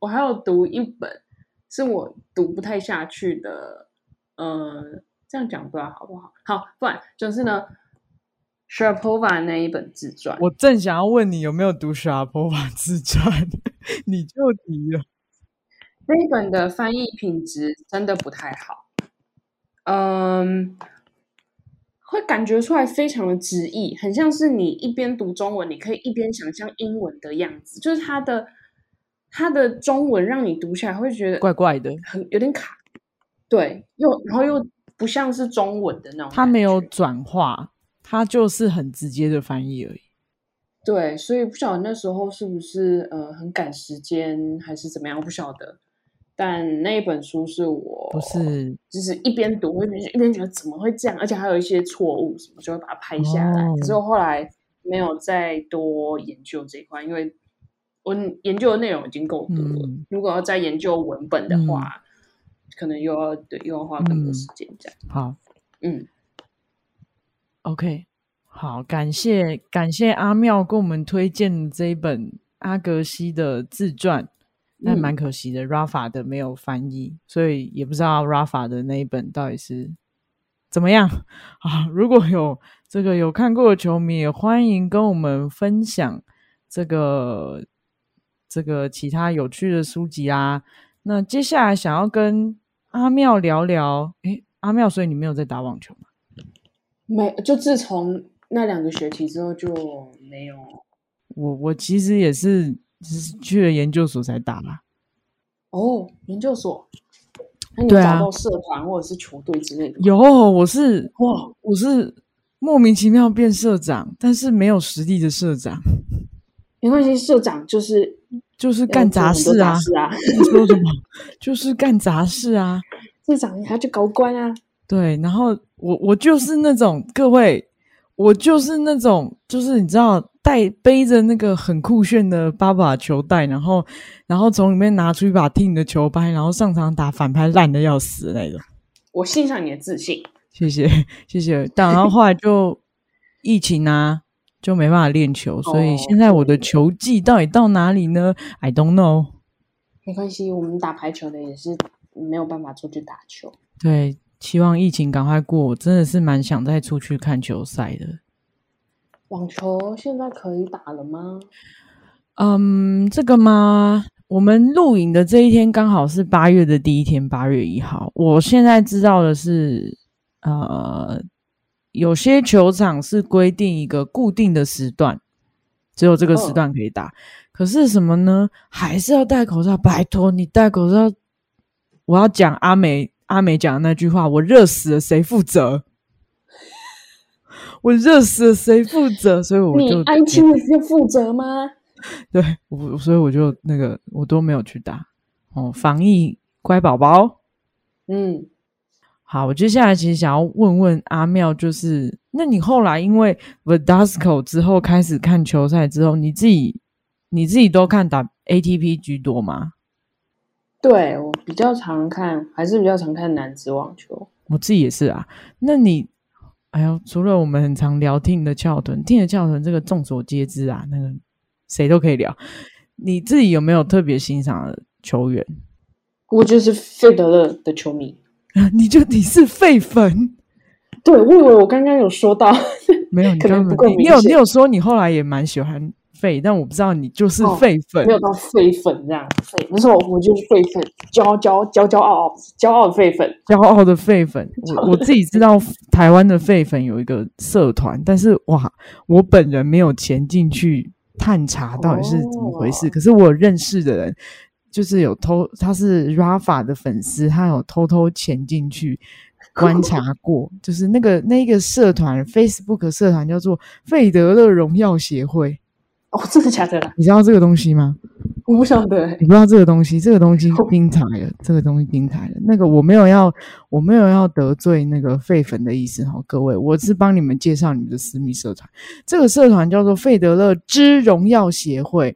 我还有读一本是我读不太下去的，呃，这样讲不知道好不好？好，不然就是呢 s h a p o v a 那一本自传，我正想要问你有没有读沙波瓦自传， 你就提了。那一本的翻译品质真的不太好，嗯，会感觉出来非常的直译，很像是你一边读中文，你可以一边想象英文的样子，就是它的它的中文让你读起来会觉得怪怪的，很有点卡，对，又然后又不像是中文的那种感觉，它没有转化，它就是很直接的翻译而已。对，所以不晓得那时候是不是呃很赶时间还是怎么样，不晓得。但那一本书是我不是就是一边读一边一边觉得怎么会这样，而且还有一些错误什么，就会把它拍下来。哦可是我后来没有再多研究这一块，因为我研究的内容已经够多了。嗯如果要再研究文本的话，可能又要对又要花更多嗯时间这样。好嗯， ，OK，好，感谢感谢阿妙给我们推荐这一本阿格西的自传，那嗯蛮可惜的，Rafa 的没有翻译，所以也不知道 Rafa 的那一本到底是怎么样啊。如果有这个有看过的球迷，也欢迎跟我们分享这个这个其他有趣的书籍啊。那接下来想要跟阿妙聊聊，诶，阿妙，所以你没有在打网球吗？没就自从那两个学期之后就没有我我其实也是就是去了研究所才打啦。哦，研究所。那你对有啊找到社团或者是球队之类的吗？有，哦我是哇，我是莫名其妙变社长，但是没有实力的社长，没关系，社长就是就是要干做杂很多事啊杂。事啊， 你说什么？就是干杂事啊。社长他去搞官啊，对，然后我我就是那种各位，我就是那种就是你知道带背着那个很酷炫的八把球袋，然后然后从里面拿出一把听你的球拍，然后上场打反拍烂的要死的那种。我欣赏你的自信。谢谢谢谢，但然后后来就疫情啊，就没办法练球，所以哦现在我的球技到底到哪里呢？I don't know。没关系，我们打排球的也是没有办法出去打球。对，希望疫情赶快过，我真的是蛮想再出去看球赛的。网球现在可以打了吗？嗯，这个吗？我们录影的这一天刚好是八月的第一天，八月一号。我现在知道的是，呃，有些球场是规定一个固定的时段，只有这个时嗯段可以打。可是什么呢？还是要戴口罩。拜托你戴口罩！我要讲阿美阿美讲的那句话，我热死了，谁负责？ 我热死了，谁负责？所以我你就爱没青的是负责吗？ 对我，所以我就那个我都没有去打哦。防疫乖宝宝，嗯，好，我接下来其实想要问问阿妙，就是那你后来因为 Vadasco 之后开始看球赛之后，你自己你自己都看打 ATP 居多吗？对我比较常看，还是比较常看男子网球。我自己也是啊。那你，哎呦，除了我们很常聊听的翘臀，听的翘臀这个众所皆知啊，那个谁都可以聊。你自己有没有特别欣赏的球员？ 我就是费德勒的球迷。你就你是废粉。对，我以为我刚刚有说 到，没有，你可能根不本够你明有你显有说你后来也蛮喜欢费，但我不知道你就是哦费粉。没有到废粉这样，废不是我，我就是废粉，骄骄骄骄傲傲，骄傲的废粉。骄傲的废 粉，我我自己知道台湾的废粉有一个社团，但是哇，我本人没有钱进去探查到底是怎么回事。哦可是我认识的人，就是有偷，他是 Rafa 的粉丝，他有偷偷潜 进去观察过，就是那个那个社团 Facebook 社团叫做费德勒荣耀协会，哦，真的假的啦？你知道这个东西吗？我不晓得欸。你不知道这个东西，这个东西精彩了，这个东西精彩了。那个我没有要，我没有要得罪那个费粉的意思哈，各位，我是帮你们介绍你们的私密社团，这个社团叫做费德勒之荣耀协会，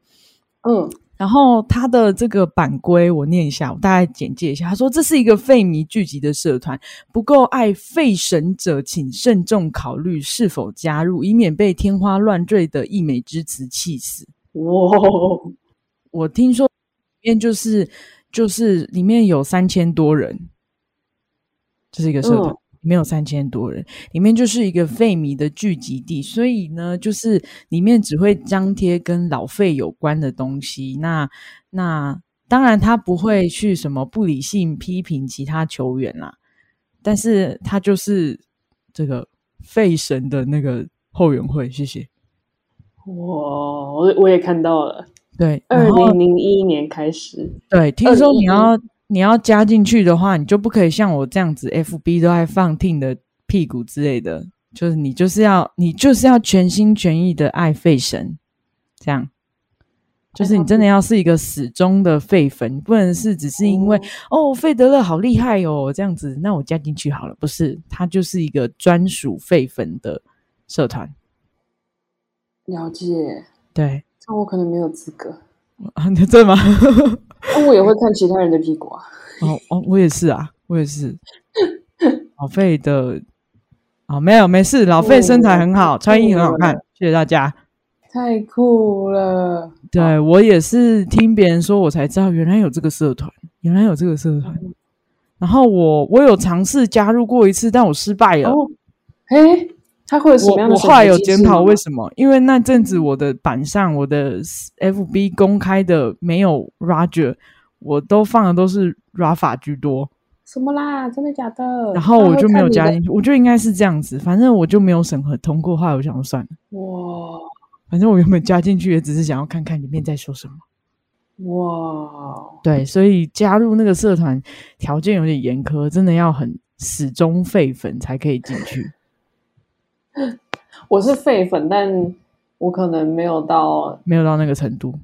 嗯，然后他的这个版规我念一下，我大概简介一下。他说这是一个费迷聚集的社团，不够爱费神者，请慎重考虑是否加入，以免被天花乱坠的溢美之词气死。哇，我听说面就是就是里面有三千多人，这是一个社团。嗯里面有三千多人，里面就是一个废迷的聚集地，所以呢，就是里面只会张贴跟老废有关的东西。那那当然，他不会去什么不理性批评其他球员啦，但是他就是这个费神的那个后援会，谢谢。哇，我我也看到了，对，二然后零零一年开始，对，听说2011你要你要加进去的话，你就不可以像我这样子，FB 都爱放听的屁股之类的，就是你就是要你就是要全心全意的爱费神，这样，就是你真的要是一个死忠的费粉，不能是只是因为哦费德勒好厉害哦这样子，那我加进去好了，不是，它就是一个专属费粉的社团，了解，对 但我可能没有资格。啊，你对吗？那哦我也会看其他人的屁股啊。哦哦，我也是啊，我也是。老费的，哦，没有没事，老费身材很哦好，穿衣很好看，谢谢大家。太酷了！对我也是听别人说，我才知道原来有这个社团，原来有这个社团。嗯然后我我有尝试加入过一次，但我失败了。哦，嘿，他会有什么样我的我审后核来有机检制讨吗为什么，因为那阵子我的版上我的 FB 公开的没有 Roger，我都放的都是 Rafa 居多。什么啦？真的假的？然后他我会就没看有你加的进。去，我觉得应该是这样子，反正我就没有审核通过，后来我想说算了，哇反正我原本加进去也只是想要看看里面在说什么。哇，对，所以加入那个社团条件有点严苛，真的要很始终废粉才可以进去。我是废粉，但我可能没有到，没有到那个程度，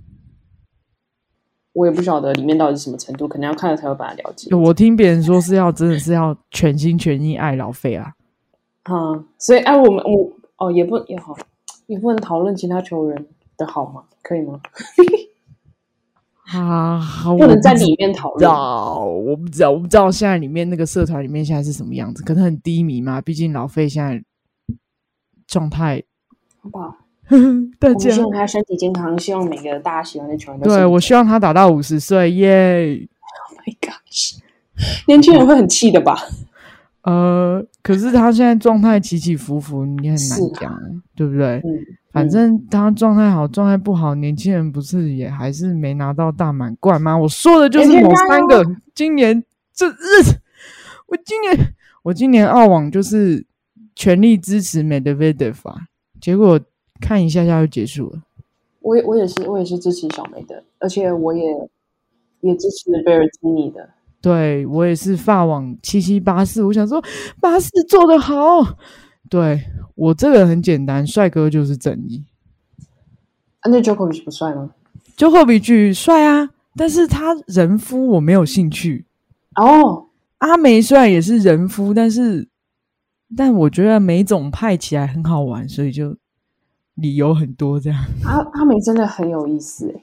我也不晓得里面到底是什么程度，可能要看了才会把它了解。我听别人说是要真的是要全心全意爱老费啊，啊、所以哎、我们我哦也不也好，也不能讨论其他球员的好吗？可以吗？啊，好不能在我里面讨不知论。道，我不知道，我不知道现在里面那个社团里面现在是什么样子，可能很低迷嘛，毕竟老费现在状态好不好？大我们家希望他身体健康，希望每个大家喜欢的球员都是。对我希望他打到五十岁耶。 Oh my gosh，年轻人会很气的吧？呃，可是他现在状态起起伏伏，你很是难啊讲，对不对？嗯，反嗯正他状态好，状态不好，年轻人不是也还是没拿到大满贯吗？我说的就是年轻某人加三油个，今年这日子，我今年我今年澳网就是全力支持 Medvedev 啊，结果看一下下就结束了。我也我也是我也是支持小梅的，而且我也也支持贝尔基尼的。对我也是发网七七八四，我想说八四做得好。对我这个人很简单，帅哥就是正义。啊，那 Djokovic 不帅吗？就霍比去帅啊，但是他人夫我没有兴趣。哦，阿梅虽然也是人夫，但是但我觉得梅总派起来很好玩，所以就理由很多这样。阿阿梅真的很有意思欸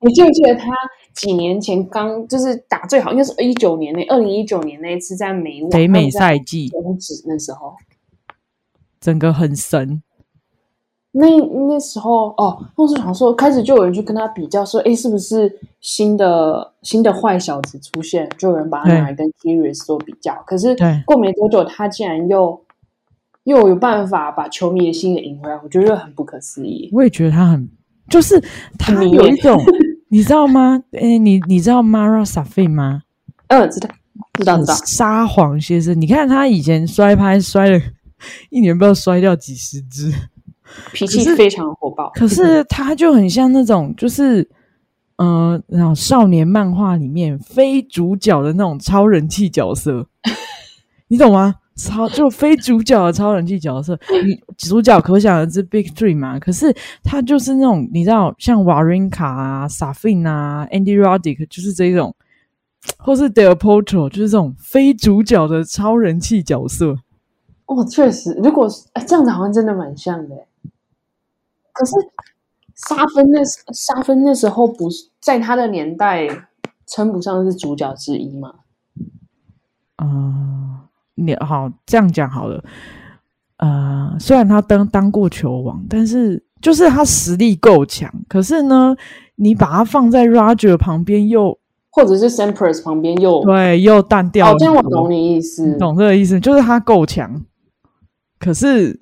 你记不记得他几年前刚就是打最好，应该是一九年那二零一九年那一次在美网北美赛季终止那时候，整个很神，那那时候哦，那时候想说开始就有人去跟他比较说，诶，是不是新的新的坏小子出现，就有人把他拿来跟 Sirius 做比较。可是对过没多久，他竟然又又有办法把球迷的心给赢回来，我觉得很不可思议。我也觉得他很，就是他有一种，你知道吗？诶，你你知道 Mara Safi 吗？嗯，知道知道知道，撒谎先生，你看他以前摔拍摔了一年，不知道摔掉几十只。脾可气是非常火爆。可是他就很像那种，就是呃，然后少年漫画里面非主角的那种超人气角色， 你懂吗？超就非主角的超人气角色，你主角可想而知 Big Three 嘛。可是他就是那种你知道，像瓦瑞卡啊、萨菲啊、Andy Roddick，就是这种，或是 Del Potro，就是这种非主角的超人气角色。哦，确实，如果是哎这样子，好像真的蛮像的欸。可是沙芬那时沙芬那时候不是在他的年代称不上是主角之一嘛？啊，你呃好，这样讲好了。呃，虽然他当当过球王，但是就是他实力够强，可是呢，你把他放在 Roger 旁边又或者是 Sampras 旁边又对又淡掉了哦很，这样我多懂你意思，懂这个意思，就是他够强，可是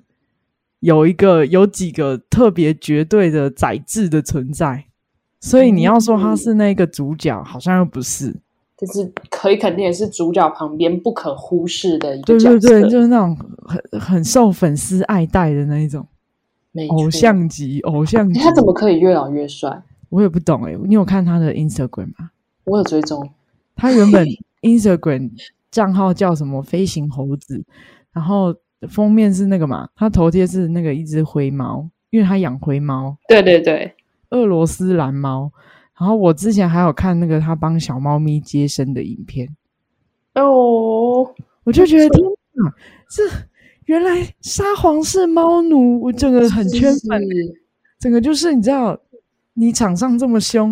有一个有几个特别绝对的宰制的存在，所以你要说嗯他是那个主角，好像又不是。哦就是可以肯定也是主角旁边不可忽视的一对个角对色，对，就是那种很很受粉丝爱戴的那一种没错偶。像级偶像级哎诶。他怎么可以越老越帅？我也不懂哎、你有看他的 Instagram 吗？我有追踪，他原 本 Instagram 账号叫什么“飞行猴子”，然后封面是那个嘛，他头贴是那个一只灰猫，因为他养灰猫，对对对，俄罗斯蓝猫。然后我之前还有看那个他帮小猫咪接生的影片，哦，我就觉得天哪，这原来沙皇是猫奴，我整个很圈粉，欸是整个就是你知道，你场上这么凶，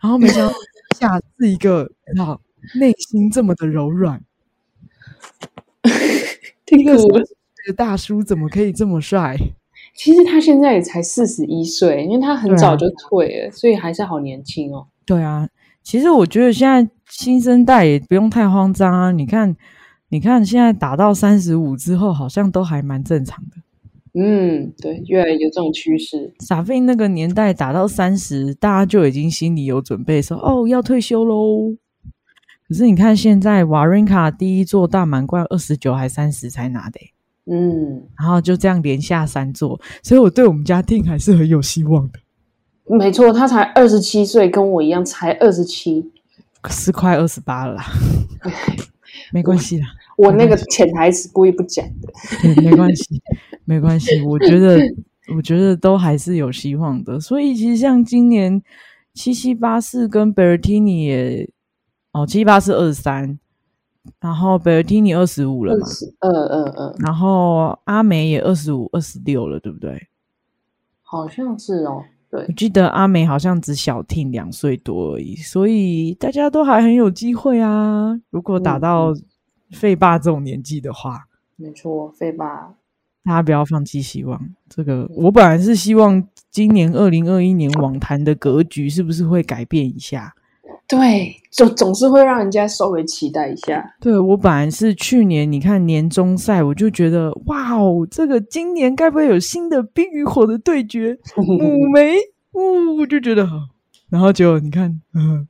然后没想 到下是一个你知道内心这么的柔软。听一个哭了。这个大叔怎么可以这么帅？其实他现在也才四十一岁，因为他很对啊早就退了，所以还是好年轻哦。对啊，其实我觉得现在新生代也不用太慌张啊。你看，你看现在打到三十五之后，好像都还蛮正常的。嗯，对，越来越有这种趋势。傻飞那个年代打到三十，大家就已经心里有准备说，哦要退休喽。可是你看现在瓦瑞卡第一座大满贯二十九还三十才拿的欸、嗯，然后就这样连下三座，所以我对我们家定还是很有希望的，没错，他才二十七岁，跟我一样才二十七。是快二十八了啦，没关系啦。我那个潜台词故意不讲的。 对，没关系，没关系。我觉得，我觉得都还是有希望的。所以其实像今年七七八四跟贝尔蒂尼也，哦，七七八四二十三，然后贝尔蒂尼二十五了嘛， 20嗯嗯嗯，然后阿梅也二十五、二十六了，对不对？好像是哦。对我，记得阿梅好像只小听两岁多而已，所以大家都还很有机会啊。如果打嗯到费霸这种年纪的话，没错，飞吧。大家不要放弃希望。这个我本来是希望今年二零二一年网坛的格局是不是会改变一下？对，总总是会让人家稍微期待一下。对我本来是去年你看年终赛，我就觉得哇哦，这个今年该不会有新的冰与火的对决？五枚，呜、我就觉得好。然后结果你看，呵呵，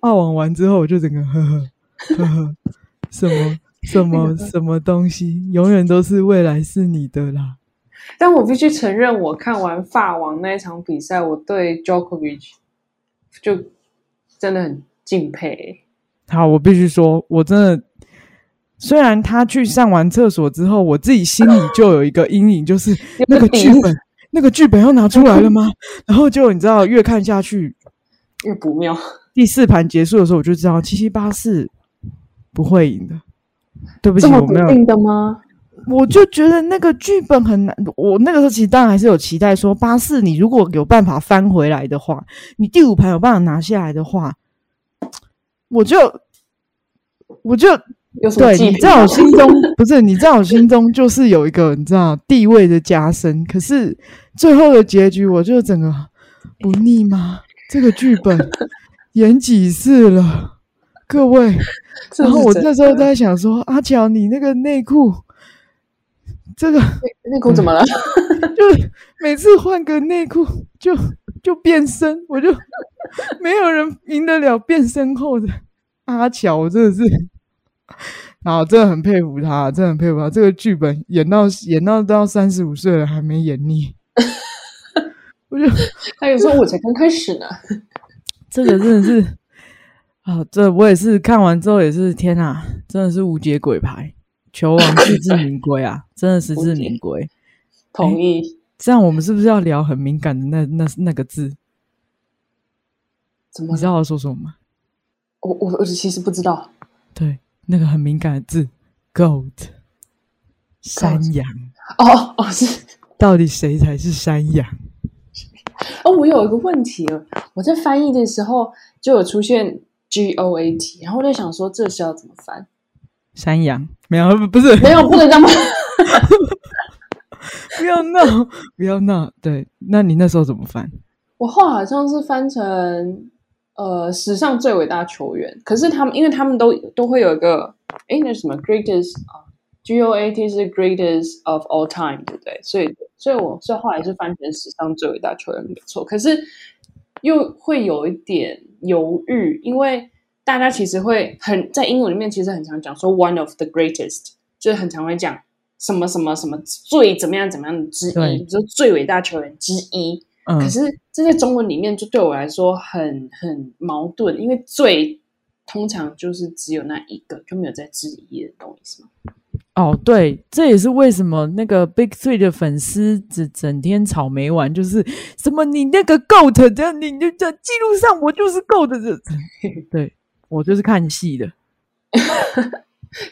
澳网完之后我就整个呵呵呵呵，什么什么什么东西，永远都是未来是你的啦。 但我必须承认，我看完法网那一场比赛，我对 Djokovic 就真的很敬佩。好，我必须说，我真的，虽然他去上完厕所之后，我自己心里就有一个阴影，就是那个剧本，那个剧本要拿出来了吗？然后就你知道，越看下去，越不妙，第四盘结束的时候，我就知道七七八四不会赢的。对不起，这么我不没有定的吗？我就觉得那个剧本很难。我那个时候其实当然还是有期待说，八四你如果有办法翻回来的话，你第五盘有办法拿下来的话，我就我就有什么对忌你讳在我心中不是你在我心中就是有一个你知道地位的加深，可是最后的结局我就整个不腻吗？这个剧 本演几次了，各位。这然 后是我真那时候的 在想说，阿乔，你那个内裤，这个内裤怎 么了？就每次换个内裤就就变身，我就没有人赢得了变身后的阿乔，我真的是，啊，真的很佩服他，真的很佩服他。这个剧本演到演到到三十五岁了还没演腻，我就他有时候我才刚开始呢。 这个真的是啊，这我也是看完之后也是天啊，真的是无解鬼牌，球王实至名归啊，真的实至名归。同意？这样我们是不是要聊很敏感的那那那个字？怎么你知了？道我说什么吗？我我我其实不知道。对，那个很敏感的字，goat，山羊，哦哦是到底谁才是山羊？哦，我有一个问题哦，我在翻译的时候就有出现 G O A T，然后我在想说这是要怎么翻？山羊没有，不是 没有，不能这么。不要闹，不要闹。对，那你那时候怎么翻？我后来好像是翻成呃史上最伟大球员，可是他们因为他们都都会有一个诶，那是什么 greatest 啊，G O A T 是 greatest of all time，对不对？所以所以我所以后来是翻成史上最伟大球员没错，可是又会有一点犹豫，因为大家其实会很在英文里面其实很常讲说 one of the greatest，就是很常会讲什么什么什么最怎么样怎么样之对一，就是最伟大球员之一。嗯可，是这在中文里面就对我来说很很矛盾，因为最通常就是只有那一个，就没有在质疑的，懂我意思吗？哦，对，这也是为什么那个 Big Three 的粉丝只整天吵没完，就是什么你那个 Goat，这样你就在记录上我就是 Goat 的， 对我就是看戏的。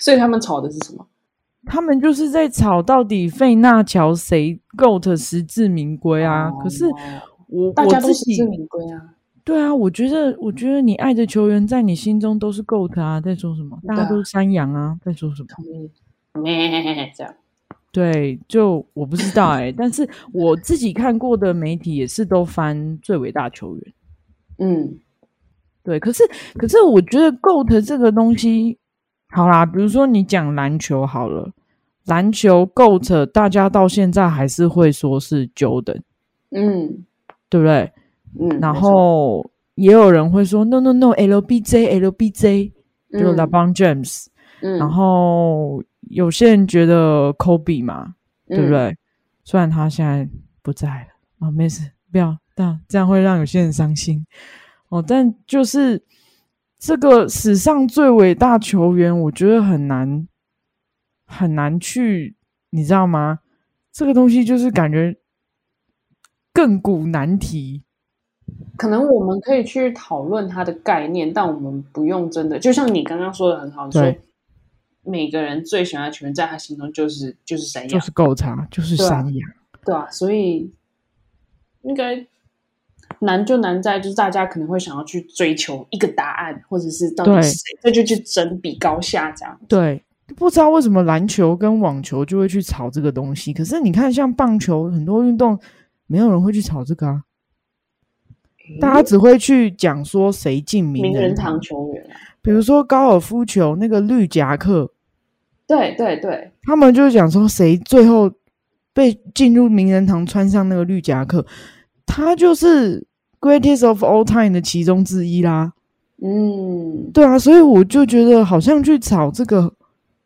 所以他们吵的是什么？他们就是在吵到底费纳乔谁 GOAT 实至名归啊！可是我哦大我家都自实己至名归啊，对啊，我觉得我觉得你爱的球员在你心中都是 GOAT 啊，在说什么？大对家啊都是山羊啊，在说什么？同意。咩这样，对，就我不知道哎、但是我自己看过的媒体也是都翻最伟大球员。嗯，对，可是可是我觉得 GOAT 这个东西，好啦，比如说你讲篮球好了，篮球 GOAT 大家到现在还是会说是 Jordan，嗯对不对？嗯，然没错后也有人会说 No No No，LBJ LBJ 就嗯 LeBron James，、嗯，然后有些人觉得 Kobe 嘛，对不嗯？对？虽然他现在不在了啊、没事，不要，但这样会让有些人伤心哦。但就是这个史上最伟大球员，我觉得很难很难去，你知道吗？这个东西就是感觉亘古难题。可能我们可以去讨论它的概念，但我们不用真的，就像你刚刚说的很好，你说对每个人最喜欢的球员，在他心中就是就是山羊，就是够差，就是对啊山羊。对啊，所以应该难就难在就是大家可能会想要去追求一个答案，或者是到底对谁，这就去争比高下这样。对，不知道为什么篮球跟网球就会去炒这个东西，可是你看像棒球很多运动，没有人会去炒这个啊，大家诶只会去讲说谁进名嗯名人人堂。球员啊，比如说高尔夫球那个绿夹克，对对对，他们就讲说谁最后被进入名人堂，穿上那个绿夹克，他就是 greatest of all time 的其中之一啦。嗯，对啊，所以我就觉得好像去炒这个，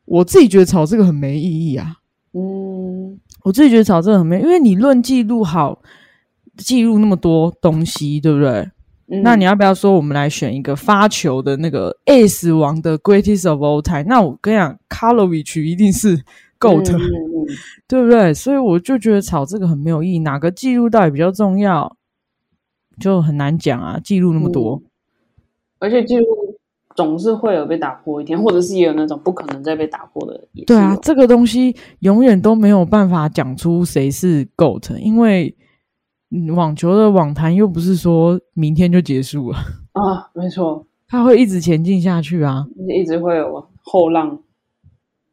我自己觉得炒这个很没意义啊。嗯，我自己觉得炒这个很没，因为你论记录好，记录那么多东西，对不对？嗯那你要不要说我们来选一个发球的那个 ACE 王的 Greatest of All Time？那我跟你讲 c a l o v i c 一定是够的，嗯嗯嗯对不对？所以我就觉得炒这个很没有意义，哪个记录到底比较重要，就很难讲啊。记录那么多，而且记录总是会有被打破一天，或者是也有那种不可能再被打破的也是哦对啊有，这个东西永远都没有办法讲出谁是 GOAT，因为嗯网球的网坛又不是说明天就结束了。 啊，没错，它会一直前进下去啊。一直会有后浪，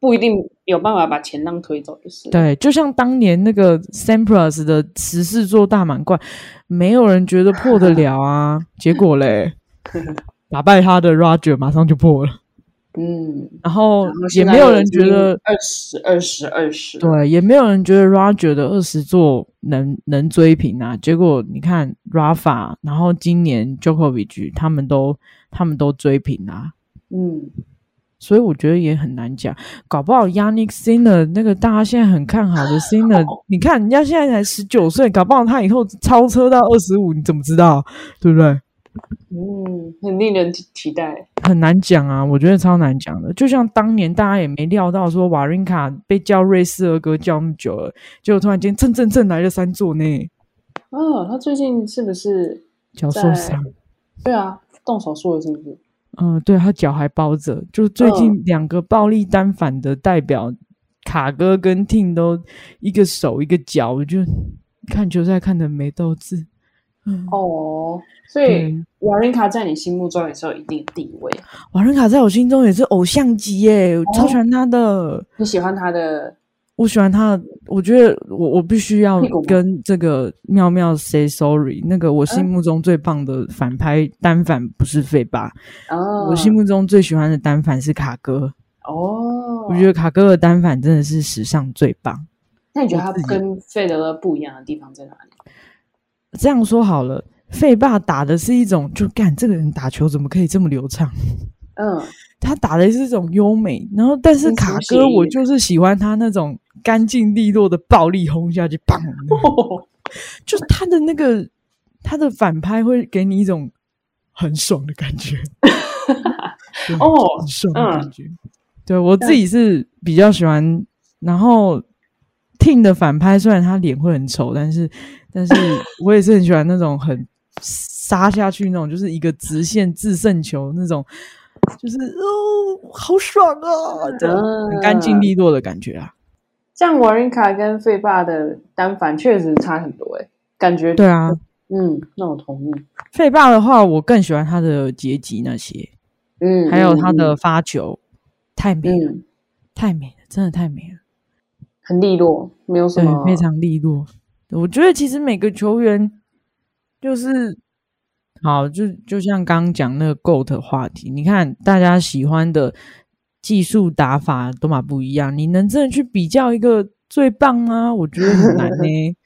不一定有办法把前浪推走，就是了对，就像当年那个 Sampras 的十四座大满贯，没有人觉得破得 了啊。结果嘞，打败他的 Roger 马上就破了，嗯，然后然后也现在没有人觉得，二十二十二十，20，对，也没有人觉得 Roger 的二十座能能追平啊。结果你看 Rafa，然后今年 Djokovic 他们都他们都追平啊。嗯，所以我觉得也很难讲，搞不好 Yannick Sinner 那个大家现在很看好的 Sinner，你看人家现在才十九岁，搞不好他以后超车到二十五，你怎么知道？对不对？嗯，很令人期期待。很难讲啊，我觉得超难讲的。就像当年大家也没料到说瓦林卡被叫瑞士二哥叫那么久了，结果突然间蹭蹭蹭来了三座呢，哦，他最近是不是？脚受在伤。对啊，动手术了是不是？嗯，对他脚还包着，就最嗯近两个暴力单反的代表、卡哥跟 Tin 都一个手一个脚，我就看球赛看的没斗志。嗯，哦，所以对瓦林卡在你心目中也是有一定的地位，哦瓦伦卡在我心中也是偶像级耶，我超喜欢他的。你喜欢他的我喜欢他的，我觉得我我必须要屁股吗嗯跟这个妙妙 say sorry。那个我心目中最棒的反派单反不是费吧，哦，我心目中最喜欢的单反是卡哥。哦，我觉得卡哥的单反真的是史上最棒。那你觉得他我自己跟费德勒不一样的地方在哪里？这样说好了，费爸打的是一种就干这个人打球怎么可以这么流畅？ 嗯，他打的是一种优美，然后但是轻卡松写哥意我的就是喜欢他那种干净利落的暴力轰下去，砰！就是他的那个他的反拍会给你一种很爽的感觉，对哦很爽的感觉。对我自己是比较喜欢，然后 Tin 的反拍虽然他脸会很丑，但是但是我也是很喜欢那种很杀下去那种，就是一个直线制胜球那种，就是哦好爽啊，这样嗯很干净利落的感觉啊。像瓦林卡跟费爸的单反确实差很多诶、欸感觉对啊，嗯，那我同意，费霸的话，我更喜欢他的结集那些。嗯，还有他嗯的发球，太美嗯了，嗯太美了，真的太美了，很利落，没有什对么，嗯非常利落。我觉得其实每个球员就是好，就就像刚刚讲那个 GOAT 话题，你看大家喜欢的技术打法都嘛不一样，你能真的去比较一个最棒吗？我觉得很难呢、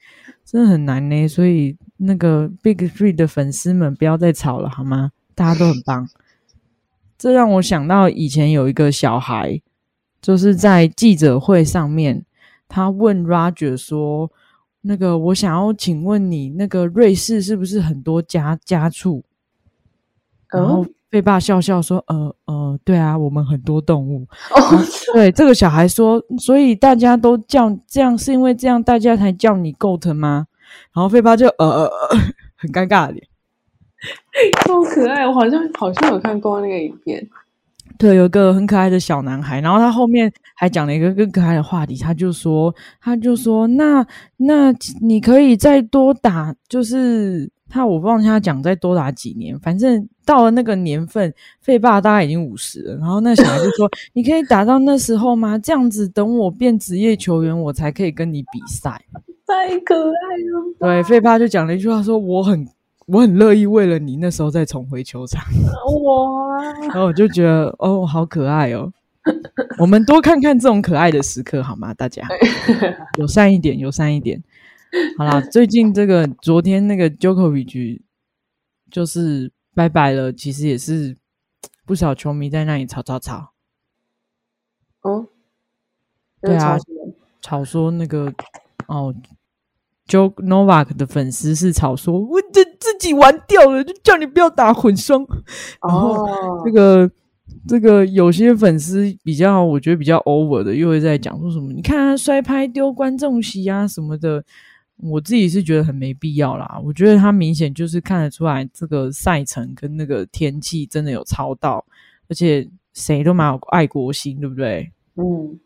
真的很难呢、所以那个 Big Three 的粉丝们不要再吵了好吗？大家都很棒。这让我想到以前有一个小孩，就是在记者会上面，他问 Roger 说：“那个，我想要请问你，那个瑞士是不是很多家家畜？”然后嗯贝爸笑笑说：“呃呃，对啊，我们很多动物。 哦， 对，这个小孩说，所以大家都叫这样，是因为这样大家才叫你 goat 吗？然后费爸就呃呃呃， 很尴尬的脸。超可爱，我好像好像有看过那个影片，对，有个很可爱的小男孩，然后他后面还讲了一个更可爱的话题，他就说，他就说，那那你可以再多打，就是他我忘记他讲再多打几年，反正到了那个年份，费爸大概已经五十了，然后那小孩就说， 你可以打到那时候吗？这样子等我变职业球员，我才可以跟你比赛。太可爱了，对，费爸就讲了一句话说，我很我很乐意为了你那时候再重回球场。哇，然后我就觉得，哦，好可爱哦！我们多看看这种可爱的时刻好吗？大家友善一点，友善一点。好啦，最近这个昨天那个 Djokovic 就是拜拜了，其实也是不少球迷在那里吵吵吵，嗯，对啊那是超级吵说那个哦。Jo Novak 的粉丝是吵说，我这自己玩掉了，就叫你不要打混双。然后哦这，个这个有些粉丝比较，我觉得比较 over 的，又会在讲说什么，你看他摔拍丢观众席啊什么的，我自己是觉得很没必要啦。我觉得他明显就是看得出来，这个赛程跟那个天气真的有超到，而且谁都蛮有爱国心，对不对？嗯，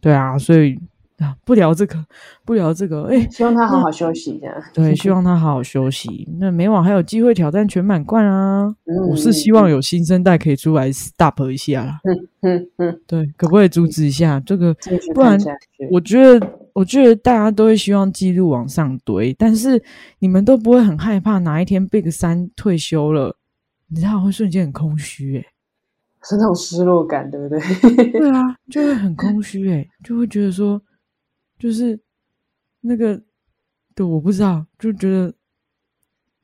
对啊，所以啊，不聊这个，不聊这个，哎、希望他好好休息，这样，嗯对，希望他好好休息。那每晚还有机会挑战全满贯啊！嗯我是希望有新生代可以出来 stop 一下啦。嗯嗯，对，可不可以阻止一下这个？继续不然看下去，我觉得，我觉得大家都会希望记录往上堆，但是你们都不会很害怕哪一天 Big 三退休了，你知道会瞬间很空虚诶、是那种失落感，对不 对？对啊， 就会很空虚诶、就会觉得说，就是那个，对，我不知道，就觉得，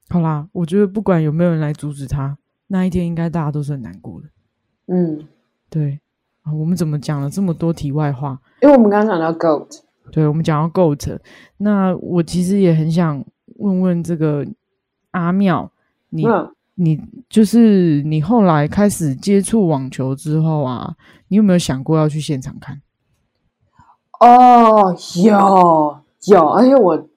好啦，我觉得不管有没有人来阻止他，那一天应该大家都是很难过的。嗯，对啊，我们怎么讲了这么多题外话？因为我们刚刚讲到 goat，对，我们讲到 GOAT，那我其实也很想问问这个阿妙，你、嗯，你就是你后来开始接触网球之后啊，你有没有想过要去现场看？哦，有有，而且我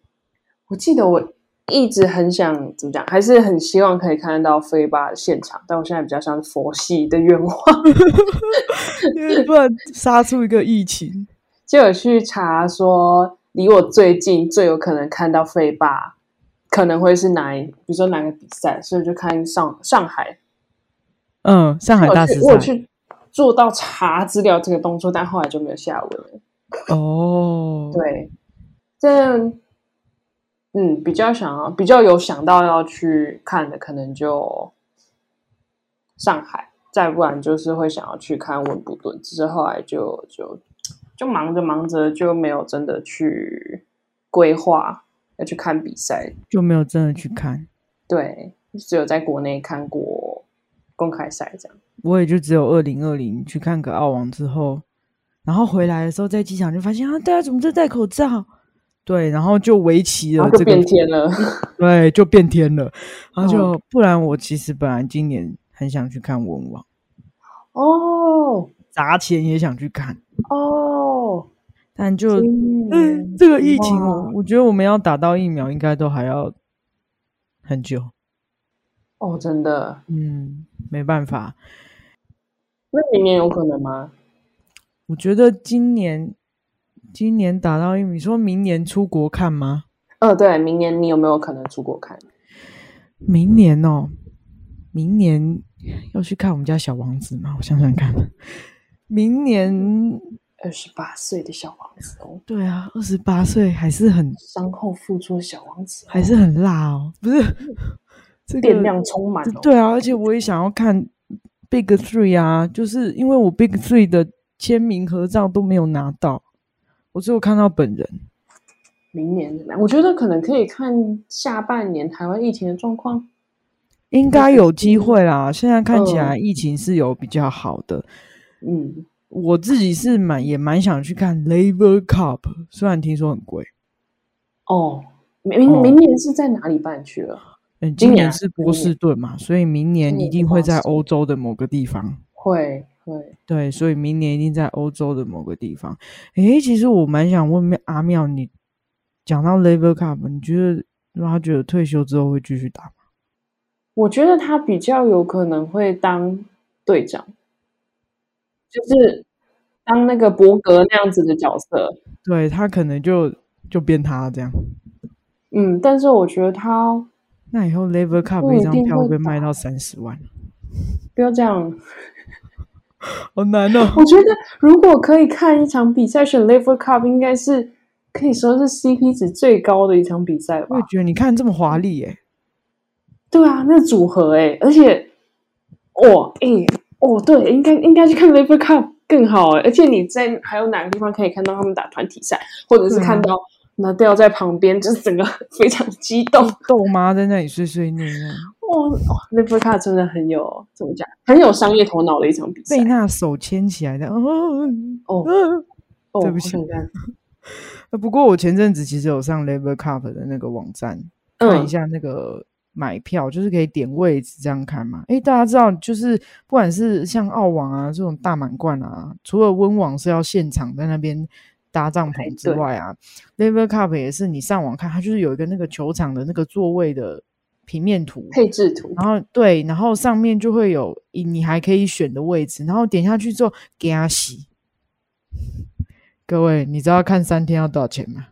我记得我一直很想怎么讲，还是很希望可以看得到飞吧的现场，但我现在比较像是佛系的愿望。 因为不然杀出一个疫情，就有去查说，离我最近最有可能看到费霸，可能会是哪一，比如说哪个比赛，所以就看上上海。嗯，上海我大有师去我有赛，去做到查资料这个动作，但后来就没有下文了。哦，对，这嗯比较想要比较有想到要去看的，可能就上海，再不然就是会想要去看温布顿，只是后来就就就忙着忙着就没有真的去规划要去看比赛，就没有真的去看，对，只有在国内看过公开赛这样。我也就只有二零二零去看个澳网之后，然后回来的时候在机场就发现啊，大家怎么都戴口罩？对，然后就围棋然了后，就这个变天 了，对，就变天了。然后就、哦不然，我其实本来今年很想去看文网，哦砸钱也想去看，哦，但就嗯，嗯，这个疫情我哇我觉得我们要打到疫苗，应该都还要很久。哦，真的，嗯，没办法，那明年有可能吗？我觉得今年今年打到疫苗，你说明年出国看吗？呃，对，明年你有没有可能出国看？明年哦，明年要去看我们家小王子吗？我想想看， 明年二十八岁的小王子哦，对啊，二十八岁还是很伤后复出的小王子哦、还是很辣哦，不是这电个量充满哦。对啊，而且我也想要看 Big Three 啊，就是因为我 Big Three 的签名合照都没有拿到，我只有看到本人。明年怎么样？我觉得可能可以看下半年台湾疫情的状况。应该有机会啦，现在看嗯起来疫情是有比较好的。嗯，我自己是蛮也蛮想去看 Labor Cup，虽然听说很贵。哦，明哦明年是在哪里办去了？嗯，今今年年是波士顿嘛，所以明年今年一定是会波在士顿欧洲的某个地方。会会，对，所以明年一定在欧洲的某个地方。诶，其实我蛮想问妙阿妙，你讲到 Labor Cup，你觉得他觉得退休之后会继续打吗？我觉得他比较有可能会当队长，就是当那个伯格那样子的角色。对他可能就就变他这样。嗯，但是我觉得他那以后 Labor 不 Cup 一一张定票会会被卖打到三十万，不要这样。好难哦。 我觉得如果可以看一场比赛选 Lever Cup，应该是可以说是 CP 值最高的一场比赛我也吧？觉得你看这么华丽耶、对啊，那组合哎、而且哦哎、哦对，应该应该去看 Lever Cup 更好哎、而且你在还有哪个地方可以看到他们打团体赛，或者是对啊看到那掉在旁边，就是整个非常激动豆妈在那里碎碎念这样，哦哦，Lever Cup 真的很有怎么讲，很有商业头脑的一场比赛贝娜手牵起来的。哦啊哦嗯哦，对不我起想看，呃不过我前阵子其实有上 Labor Cup 的那个网站，看嗯一下那个买票，就是可以点位置这样看嘛。诶，大家知道，就是不管是像澳网啊这种大满贯啊，除了温网是要现场在那边搭帐排篷之队外啊，Lever Cup 也是你上网看，它就是有一个那个球场的那个座位的平面图。嗯配置图然后对，然后上面就会有一你还可以选的位置，然后点下去之后给他洗。各位，你知道看三天要多少钱吗？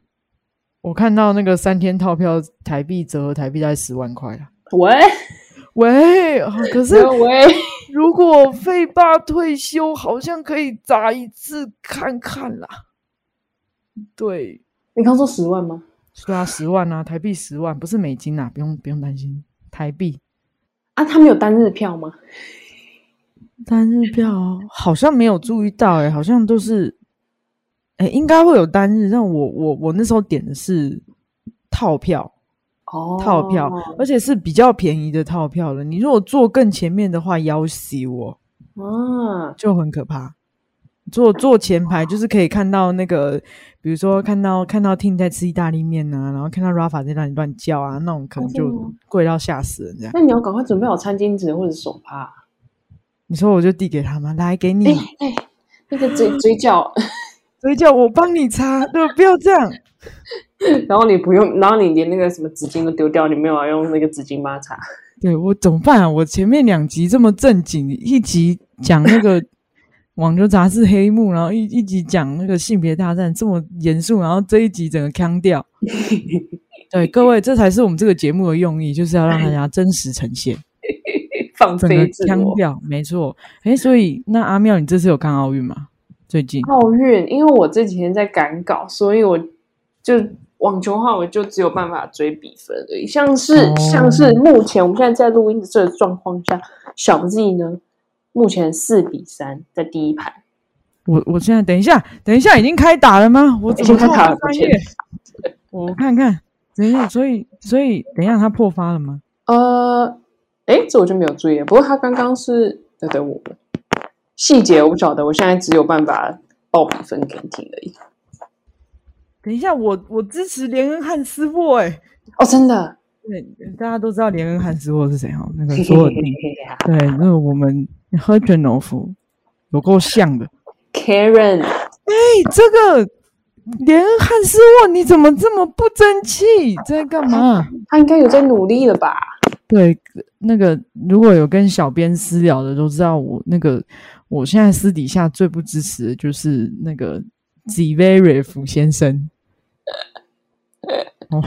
我看到那个三天套票台币折合台币大概十万块了。 喂喂，啊可是喂。如果费爸退休，好像可以砸一次看看啦。对，你刚说十万吗？对啊，十万啊，台币十万，不是美金啊，不用不用担心，台币。啊，他们有单日票吗？单嗯日票哦好像没有注意到、欸，好像都是，哎、应该会有单日。但我我我那时候点的是套票，哦，套票，而且是比较便宜的套票了。你如果坐更前面的话，要死我啊，就很可怕。坐坐前排就是可以看到那个，比如说看到看到 Tim 在吃意大利面啊，然后看到 Rafa 在那里乱叫啊，那种可能真的就吗贵到吓死人这样。那你要赶快准备好餐巾纸或者手帕。你说我就递给他吗？来给你。哎哎，那个嘴嘴角，所以叫我帮你擦，对，不要这样。 然后你不用，然后你连那个什么纸巾都丢掉，你没有要用那个纸巾抹擦。对我怎么办啊？我前面两集这么正经，一集讲那个 网球杂志黑幕，然后一一集讲那个性别大战，这么严肃，然后这一集整个 腔调。对各位，这才是我们这个节目的用意，就是要让大家真实 呈现 放整个飞自腔我，调，没错。诶，所以那阿妙，你这次有看奥运吗？最近奥运，因为我这几天在赶稿，所以我就网球的话，我就只有办法追比分而已。像是、哦像是目前我们现在在录音的这个状况下，小 Z 呢目前四比三在第一盘，我我现在等一下，等一下已经开打了吗？我已怎经么开这么打了，抱专歉业？哦我看看，等一下，所以所以等一下他破发了吗？呃，哎，这我就没有注意了。不过他刚刚是在等我们细节，我不晓得，我现在只有办法报比分给你听而已。等一下，我我支持连恩汉斯沃哎、哦，真的，对，大家都知道连恩汉斯沃是谁哈，那 个索尔定，对，那个我们 h e r g e n o f 有够像的。 Karen，哎、这个连恩汉斯沃你怎么这么不争气？在干嘛？他应该有在努力了吧？对，那个如果有跟小编私聊的都知道我，那个我现在私底下最不支持的就是那个 Zverev 先生。哦，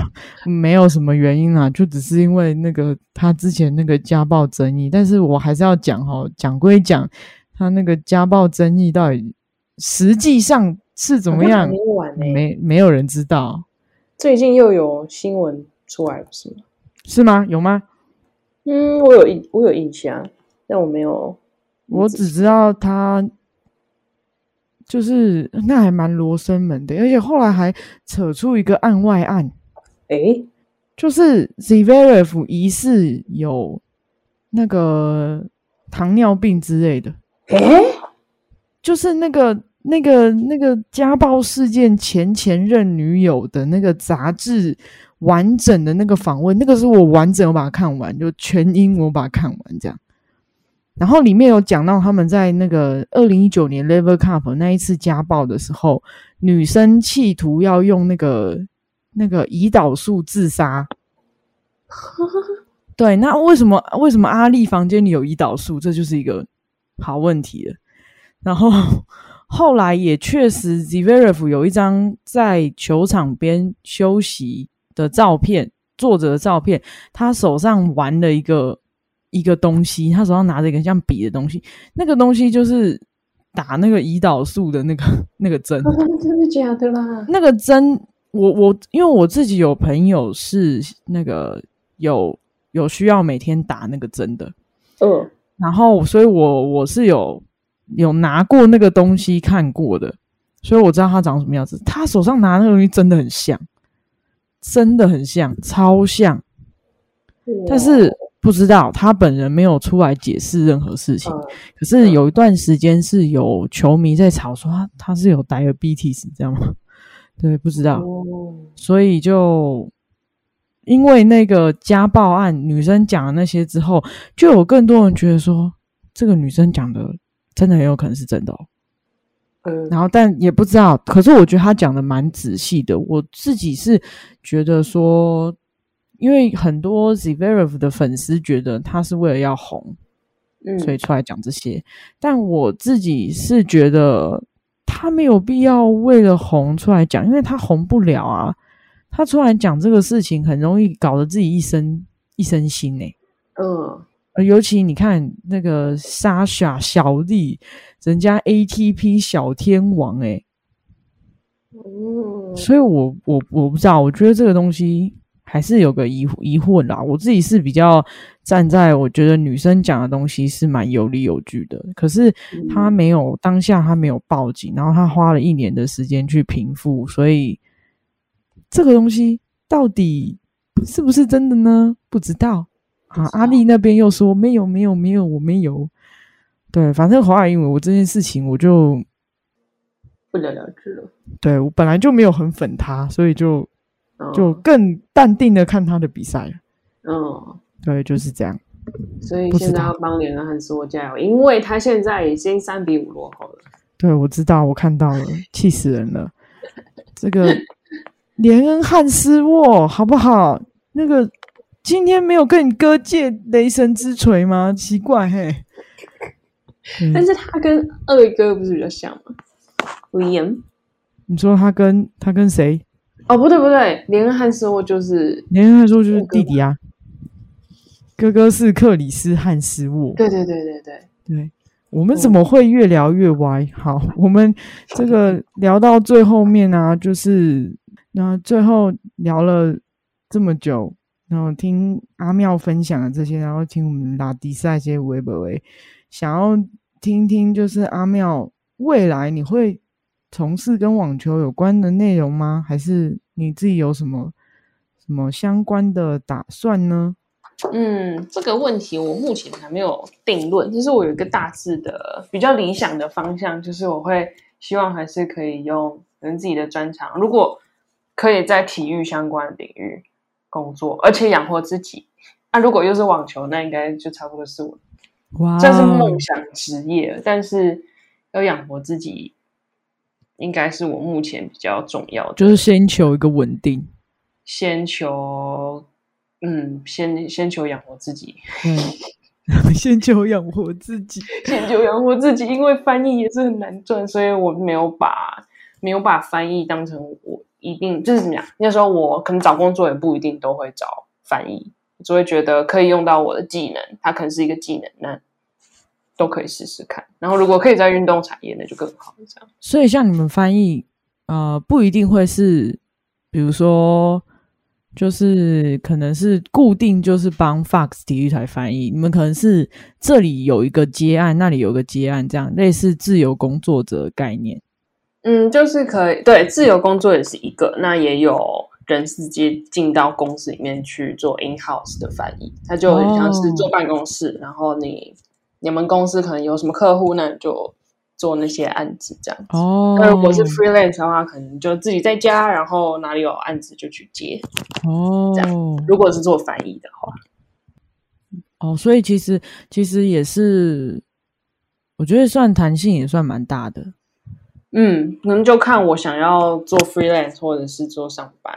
没有什么原因啦，就只是因为那个他之前那个家暴争议，但是我还是要讲哦，讲归讲，他那个家暴争议到底实际上是怎么好像样还，没完呢、没没有人知道，最近又有新闻出来，不是吗？是吗？有吗？嗯，我有印，我有印象，但我没有。我只知道他就是那还蛮罗生门的，而且后来还扯出一个案外案，哎，就是 Zverev 疑似有那个糖尿病之类的，哎，就是那个那个那个家暴事件前前任女友的那个杂志完整的那个访问，那个是我完整我把它看完，就全英我把它看完这样。然后里面有讲到他们在那个二零一九年 Lever Cup 那一次家暴的时候，女生企图要用那个那个胰岛素自杀。对，那为什么为什么阿丽房间里有胰岛素？这就是一个好问题了。然后 后来也确实 Zverev 有一张在球场边休息的照片，坐着的照片，他手上玩了一个一个东西，他手上拿着一个像笔的东西，那个东西就是打那个胰岛素的那个 那个针。 真的假的啦？那个针，我我因为我自己有朋友是那个有有需要每天打那个针的，呃，然后所以我我是有有拿过那个东西看过的，所以我知道他长什么样子。他手上拿那个东西真的很像，真的很像，超像，但是不知道他本人没有出来解释任何事情。哇，可是有一段时间是有球迷在吵说他他是有 diabetes 这样吗？ 对，不知道。嗯哦，所以就因为那个家暴案，女生讲的那些之后，就有更多人觉得说，这个女生讲的真的很有可能是真的、哦。嗯，然后，但也不知道，可是我觉得她讲的蛮仔细的。我自己是觉得说，因为很多 Zverev 的粉丝觉得他是为了要红，嗯所以出来讲这些。但我自己是觉得他没有必要为了红出来讲，因为他红不了啊。他出来讲这个事情，很容易搞得自己一身一身腥呢、嗯，呃尤其你看那个莎莎小丽，人家 ATP 小天王哎诶、嗯，所以我我我不知道，我觉得这个东西还是有个疑疑混啦。我自己是比较站在我觉得女生讲的东西是蛮有理有据的，可是她嗯没有当下她没有报警，然后她花了一年的时间去平复，所以这个东西到底是不是真的呢？不知道啊不。知阿丽那边又说没有没有没有，我没有。对，反正华语英文我这件事情我就不了了之了，对我本来就没有很粉他，所以就嗯就更淡定的看他的比赛了。嗯，对，就是这样。所以不现知在道要帮连恩汉斯沃加油，因为他现在已经三比五落后了。对，我知道，我看到了，气死人了。这个连恩汉斯沃好不好？那个今天没有跟你哥借雷神之锤吗？奇怪嘿。但嗯、是他跟二哥不是比较像吗？Liam 你说他跟他跟谁？哦，不对不对，连恩汉斯沃就是连恩汉斯沃就是弟弟啊，哥哥是克里斯汉斯沃。对对对对对，对，我们怎么会越聊越歪？好，我们这 个聊到最后面啊，就是那最后聊了这么久，然后听阿妙分享的这些，然后听我们拉迪赛些维伯维，想要听听就是阿妙未来你会从事跟网球有关的内容吗？还是你自己有什么什么相关的打算呢？嗯，这个问题我目前还没有定论，就是我有一个大致的比较理想的方向，就是我会希望还是可以用可能自己的专长，如果可以在体育相关的领域工作，而且养活自己。那、如果又是网球，那应该就差不多是我哇这是梦想职业了，但是要养活自己，应该是我目前比较重要的。就是先求一个稳定。先求，嗯，先先求养活自己，嗯， 先求养活自己。先求养活自己，因为翻译也是很难赚，所以我没有把没有把翻译当成我一定就是怎么样。那时候我可能找工作也不一定都会找翻译，只会觉得可以用到我的技能，它可能是一个技能，那都可以试试看。然后如果可以在运动产业，那就更好。这样，所以像你们翻译，呃，不一定会是，比如说，就是可能是固定就是帮 Fox 体育台翻译，你们可能是这里有一个接案，那里有个接案，这样类似自由工作者的概念。嗯，就是可以对自由工作也是一个，那也有人直接进到公司里面去做 in house 的翻译，它就很像是坐办公室，然后你你们公司可能有什么客户，那你就做那些案子这样子。哦，那如呃果是 freelance 的话，可能就自己在家，然后哪里有案子就去接。这哦，如果是做翻译的话，哦，所以其实其实也是，我觉得算弹性也算蛮大的。嗯，可能就看我想要做 freelance 或者是做上班，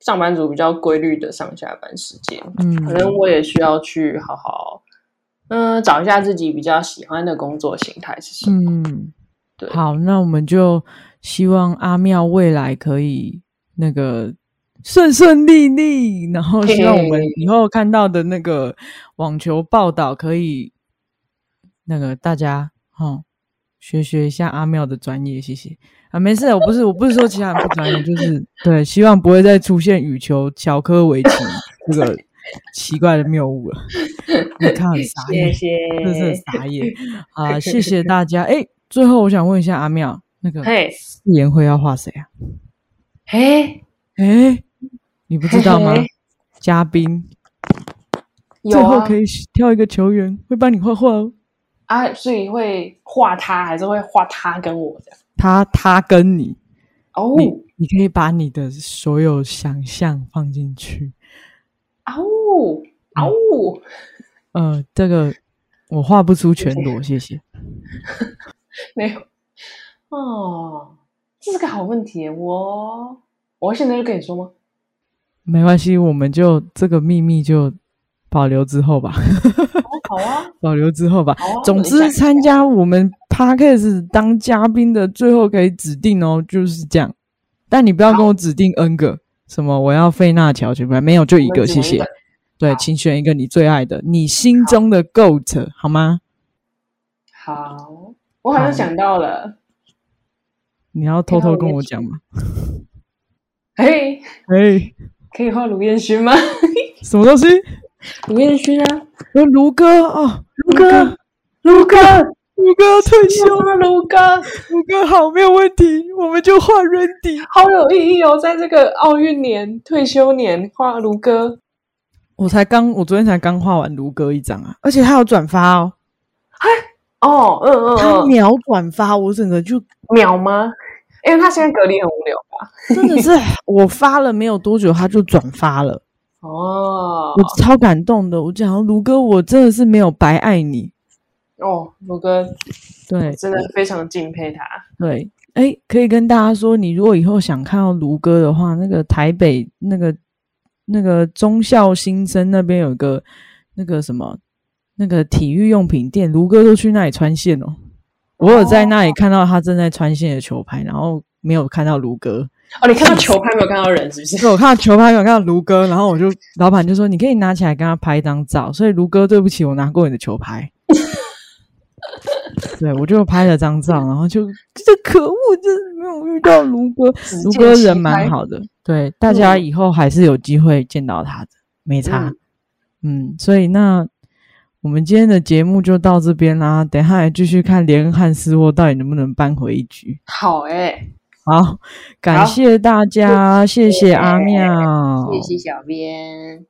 上班族比较规律的上下班时间。嗯，可能我也需要去好好，嗯、找一下自己比较喜欢的工作形态是什么。嗯，对好，那我们就希望阿妙未来可以那个顺顺利利，然后希望我们嘿以后看到的那个网球报道可以那个大家哦学学一下阿妙的专业，谢谢啊，没事，我不是我不是说其他人不专业，就是对，希望不会再出现羽球、乔科维奇这个奇怪的谬 误了。你看很傻谢眼谢，真的是很 傻眼啊、谢谢大家。哎、最后我想问一下阿妙，那个嘿，誓言会要画谁啊？嘿，哎、你不知道吗嘿嘿？嘉宾、有最后啊可以挑一个球员会帮你画画哦。啊，所以会画他，还是会画他跟我这样？他他跟你，哦你你可以把你的所有想象放进去。哦嗯哦，呃，这个我画不出全裸，谢谢。没有哦，这是个好问题耶，我我现在就跟你说吗？没关系，我们就这个秘密就保留之后吧，哦，好啊，保留之后吧。好啊，总我想之，参加我们 podcast 当嘉宾的，最后可以指定哦，就是这样。但你不要跟我指定 N 个，什么我要费纳乔什么，没有就一我个，们只谢能一谢个。对，请选一个你最爱的，你心中的 GOAT 好吗？好，我好像好想到了，你要偷偷跟我我讲吗？嘿，哎，可以画卢彦勋吗？ 什么东西？卢彦勋啊，呃哎卢哥哦，卢哥，卢哥，卢哥退休救了卢哥，卢哥好，没有问题，我们就画 Randy。好有意义哦！在这个奥运年、退休年画卢哥我才刚，我昨天才刚画完卢哥一张啊，而且他有转发哦，哦，嗯嗯他嗯，秒转发，我整个 就秒吗？因为他现在隔离很无聊吧？真的是我发了没有多久，他就转发了，哦我超感动的。我讲卢哥，我真的是没有白爱你。哦，卢哥对真的非常敬佩他。对，哎，可以跟大家说，你如果以后想看到卢哥的话，那个台北那个那个中校新生那边有一个那个什么那个体育用品店，卢哥都去那里穿线哦。我有在哦那里看到他正在穿线的球拍，然后没有看到卢哥。哦，你看到球拍没有看到人是不是？对，我看到球拍，有看到卢哥，然后我就老板就说你可以拿起来跟他拍一张照，所以卢哥对不起，我拿过你的球拍。对，我就拍了张照，然后就这可恶，就是没有遇到卢哥，只卢见哥其人蛮拍好的，对，大家嗯以后还是有机会见到他的，没差。嗯所以那我们今天的节目就到这边啦，等一下来继续看连汉斯沃到底能不能扳回一局。好哎、好，感好谢大家，谢谢阿妙，哦谢谢小编。